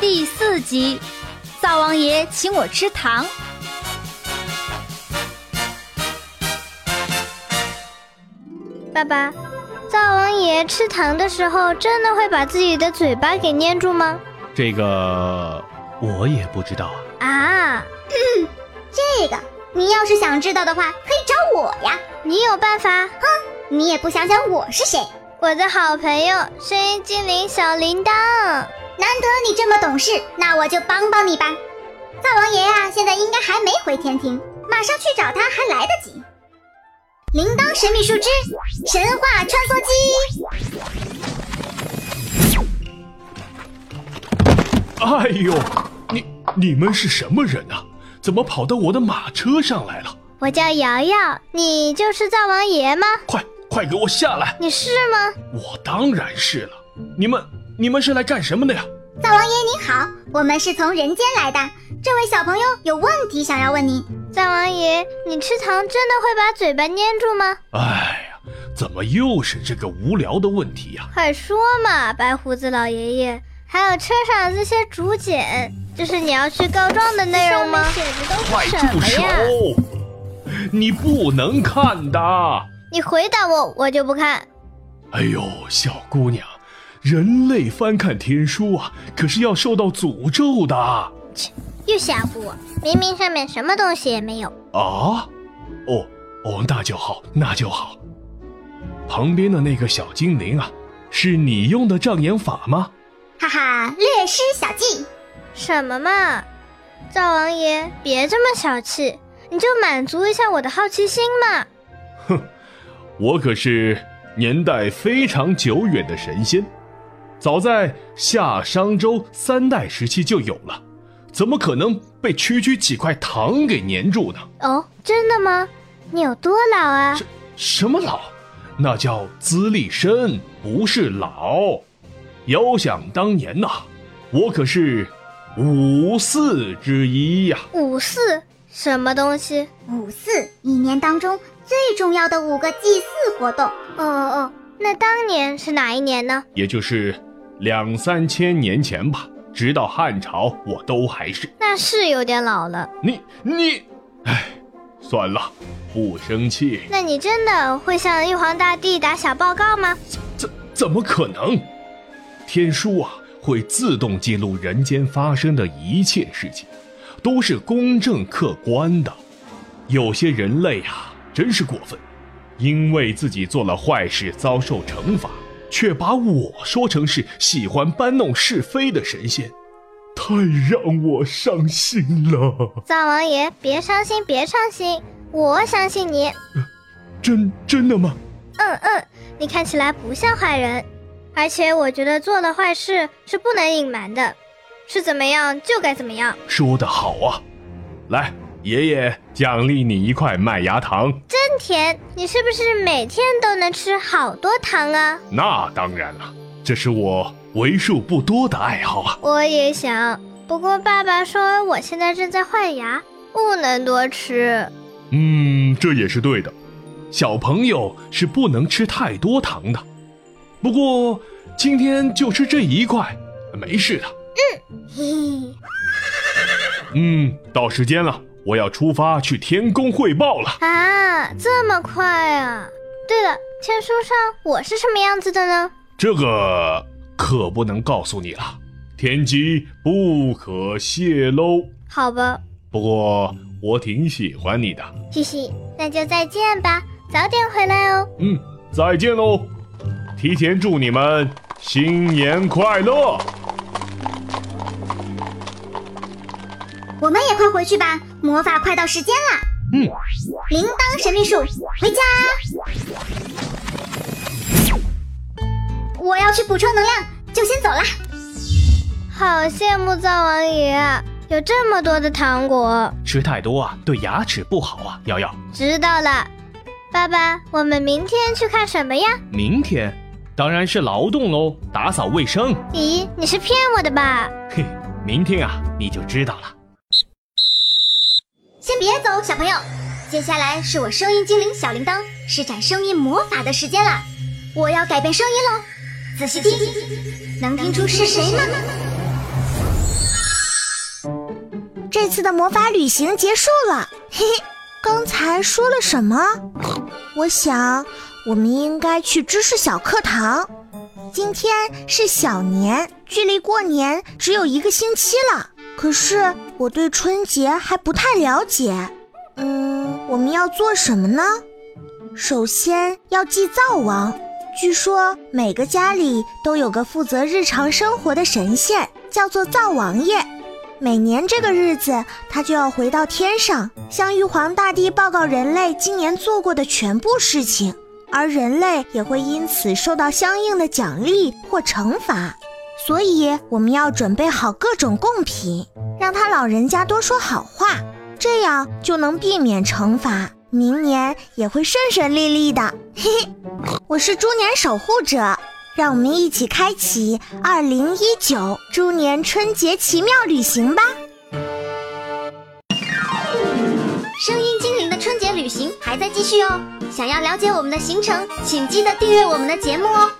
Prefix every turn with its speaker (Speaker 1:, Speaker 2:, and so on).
Speaker 1: 第四集，灶王爷请我吃糖。
Speaker 2: 爸爸，灶王爷吃糖的时候，真的会把自己的嘴巴给粘住吗？
Speaker 3: 这个我也不知道啊。
Speaker 2: 啊，
Speaker 4: 这个你要是想知道的话，可以找我呀。
Speaker 2: 你有办法？
Speaker 4: 你也不想想我是谁？
Speaker 2: 我的好朋友，声音精灵小铃铛。
Speaker 4: 难得你这么懂事，那我就帮帮你吧。灶王爷啊，现在应该还没回天庭，马上去找他还来得及。铃铛神秘树枝，神话穿梭机。
Speaker 3: 啊
Speaker 5: 哎呦，你你们是什么人啊？怎么跑到我的马车上来了？
Speaker 2: 我叫瑶瑶，你就是灶王爷吗？
Speaker 5: 快快给我下来！
Speaker 2: 你是吗？
Speaker 5: 我当然是了。你们你们是来干什么的呀？
Speaker 4: 灶王爷您好，我们是从人间来的。这位小朋友有问题想要问您。
Speaker 2: 灶王爷，你吃糖真的会把嘴巴粘住吗？
Speaker 5: 哎呀，怎么又是这个无聊的问题呀、
Speaker 2: 快说嘛，白胡子老爷爷。还有车上的这些竹简，这是你要去告状的内容吗？
Speaker 4: 写的都
Speaker 5: 快
Speaker 2: 是什
Speaker 5: 住
Speaker 2: 么
Speaker 5: 手
Speaker 2: 呀？！
Speaker 5: 你不能看的。
Speaker 2: 你回答我，我就不看。
Speaker 5: 哎呦，小姑娘，人类翻看天书啊，可是要受到诅咒的啊！
Speaker 2: 又吓唬我！明明上面什么东西也没有。
Speaker 5: 哦哦，那就好，那就好。旁边的那个小精灵啊，是你用的障眼法吗？
Speaker 4: 哈哈，略施小计。
Speaker 2: 什么嘛！灶王爷，别这么小气，你就满足一下我的好奇心嘛。
Speaker 5: 我可是年代非常久远的神仙，早在夏商周三代时期就有了，怎么可能被区区几块糖给粘住呢？
Speaker 2: 哦，真的吗？你有多老啊？
Speaker 5: 什么老？那叫资历深，不是老。遥想当年呐、我可是五四之一呀、
Speaker 2: 五四什么东西？
Speaker 4: 五四一年当中最重要的五个祭祀活动，
Speaker 2: 哦哦哦，那当年是哪一年呢？
Speaker 5: 也就是两三千年前吧。直到汉朝，我都还是
Speaker 2: 那是有点老了。
Speaker 5: 你你，哎，算了，不生气。
Speaker 2: 那你真的会向玉皇大帝打小报告吗？
Speaker 5: 怎怎么可能？天书啊，会自动记录人间发生的一切事情，都是公正客观的。有些人类啊，真是过分，因为自己做了坏事遭受惩罚，却把我说成是喜欢搬弄是非的神仙，太让我伤心了。
Speaker 2: 灶王爷，别伤心，别伤心，我相信你。
Speaker 5: 真真的吗？
Speaker 2: 嗯嗯，你看起来不像坏人，而且我觉得做了坏事是不能隐瞒的，是怎么样就该怎么样。
Speaker 5: 说得好啊！来，爷爷奖励你一块麦芽糖。
Speaker 2: 真甜，你是不是每天都能吃好多糖啊？
Speaker 5: 那当然了，这是我为数不多的爱好啊！
Speaker 2: 我也想，不过爸爸说我现在正在换牙，不能多吃。
Speaker 5: 嗯，这也是对的。小朋友是不能吃太多糖的，不过今天就吃这一块，没事的。
Speaker 2: 嘿，
Speaker 5: 嗯，到时间了，我要出发去天宫汇报了。
Speaker 2: 啊，这么快啊！对了，天书上我是什么样子的呢？
Speaker 5: 这个可不能告诉你了，天机不可泄露。
Speaker 2: 好吧，
Speaker 5: 不过我挺喜欢你的。
Speaker 2: 嘻嘻，那就再见吧，早点回来哦。
Speaker 5: 嗯，再见喽！提前祝你们新年快乐！
Speaker 4: 我们也快回去吧，魔法快到时间啦。
Speaker 5: 嗯，
Speaker 4: 铃铛神秘树，回家。我要去补充能量，就先走了。
Speaker 2: 好羡慕灶王爷啊，有这么多的糖果。
Speaker 3: 吃太多啊，对牙齿不好啊。瑶瑶，
Speaker 2: 知道了，爸爸，我们明天去看什么呀？
Speaker 3: 明天当然是劳动喽，打扫卫生。
Speaker 2: 咦，你是骗我的吧？
Speaker 3: 嘿，明天啊，你就知道了。
Speaker 4: 先别走，小朋友。接下来是我声音精灵小铃铛施展声音魔法的时间啦！我要改变声音喽，仔细听，能听出是谁吗？
Speaker 6: 这次的魔法旅行结束了。嘿嘿，刚才说了什么？我想，我们应该去知识小课堂。今天是小年，距离过年只有一个星期了。可是我对春节还不太了解。嗯，我们要做什么呢？首先要祭灶王，据说每个家里都有个负责日常生活的神仙，叫做灶王爷。每年这个日子，他就要回到天上，向玉皇大帝报告人类今年做过的全部事情，而人类也会因此受到相应的奖励或惩罚。所以我们要准备好各种贡品，让他老人家多说好话，这样就能避免惩罚，明年也会顺顺利利的。嘿嘿，我是猪年守护者，让我们一起开启二零一九猪年春节奇妙旅行吧！
Speaker 4: 声音精灵的春节旅行还在继续哦。想要了解我们的行程，请记得订阅我们的节目哦。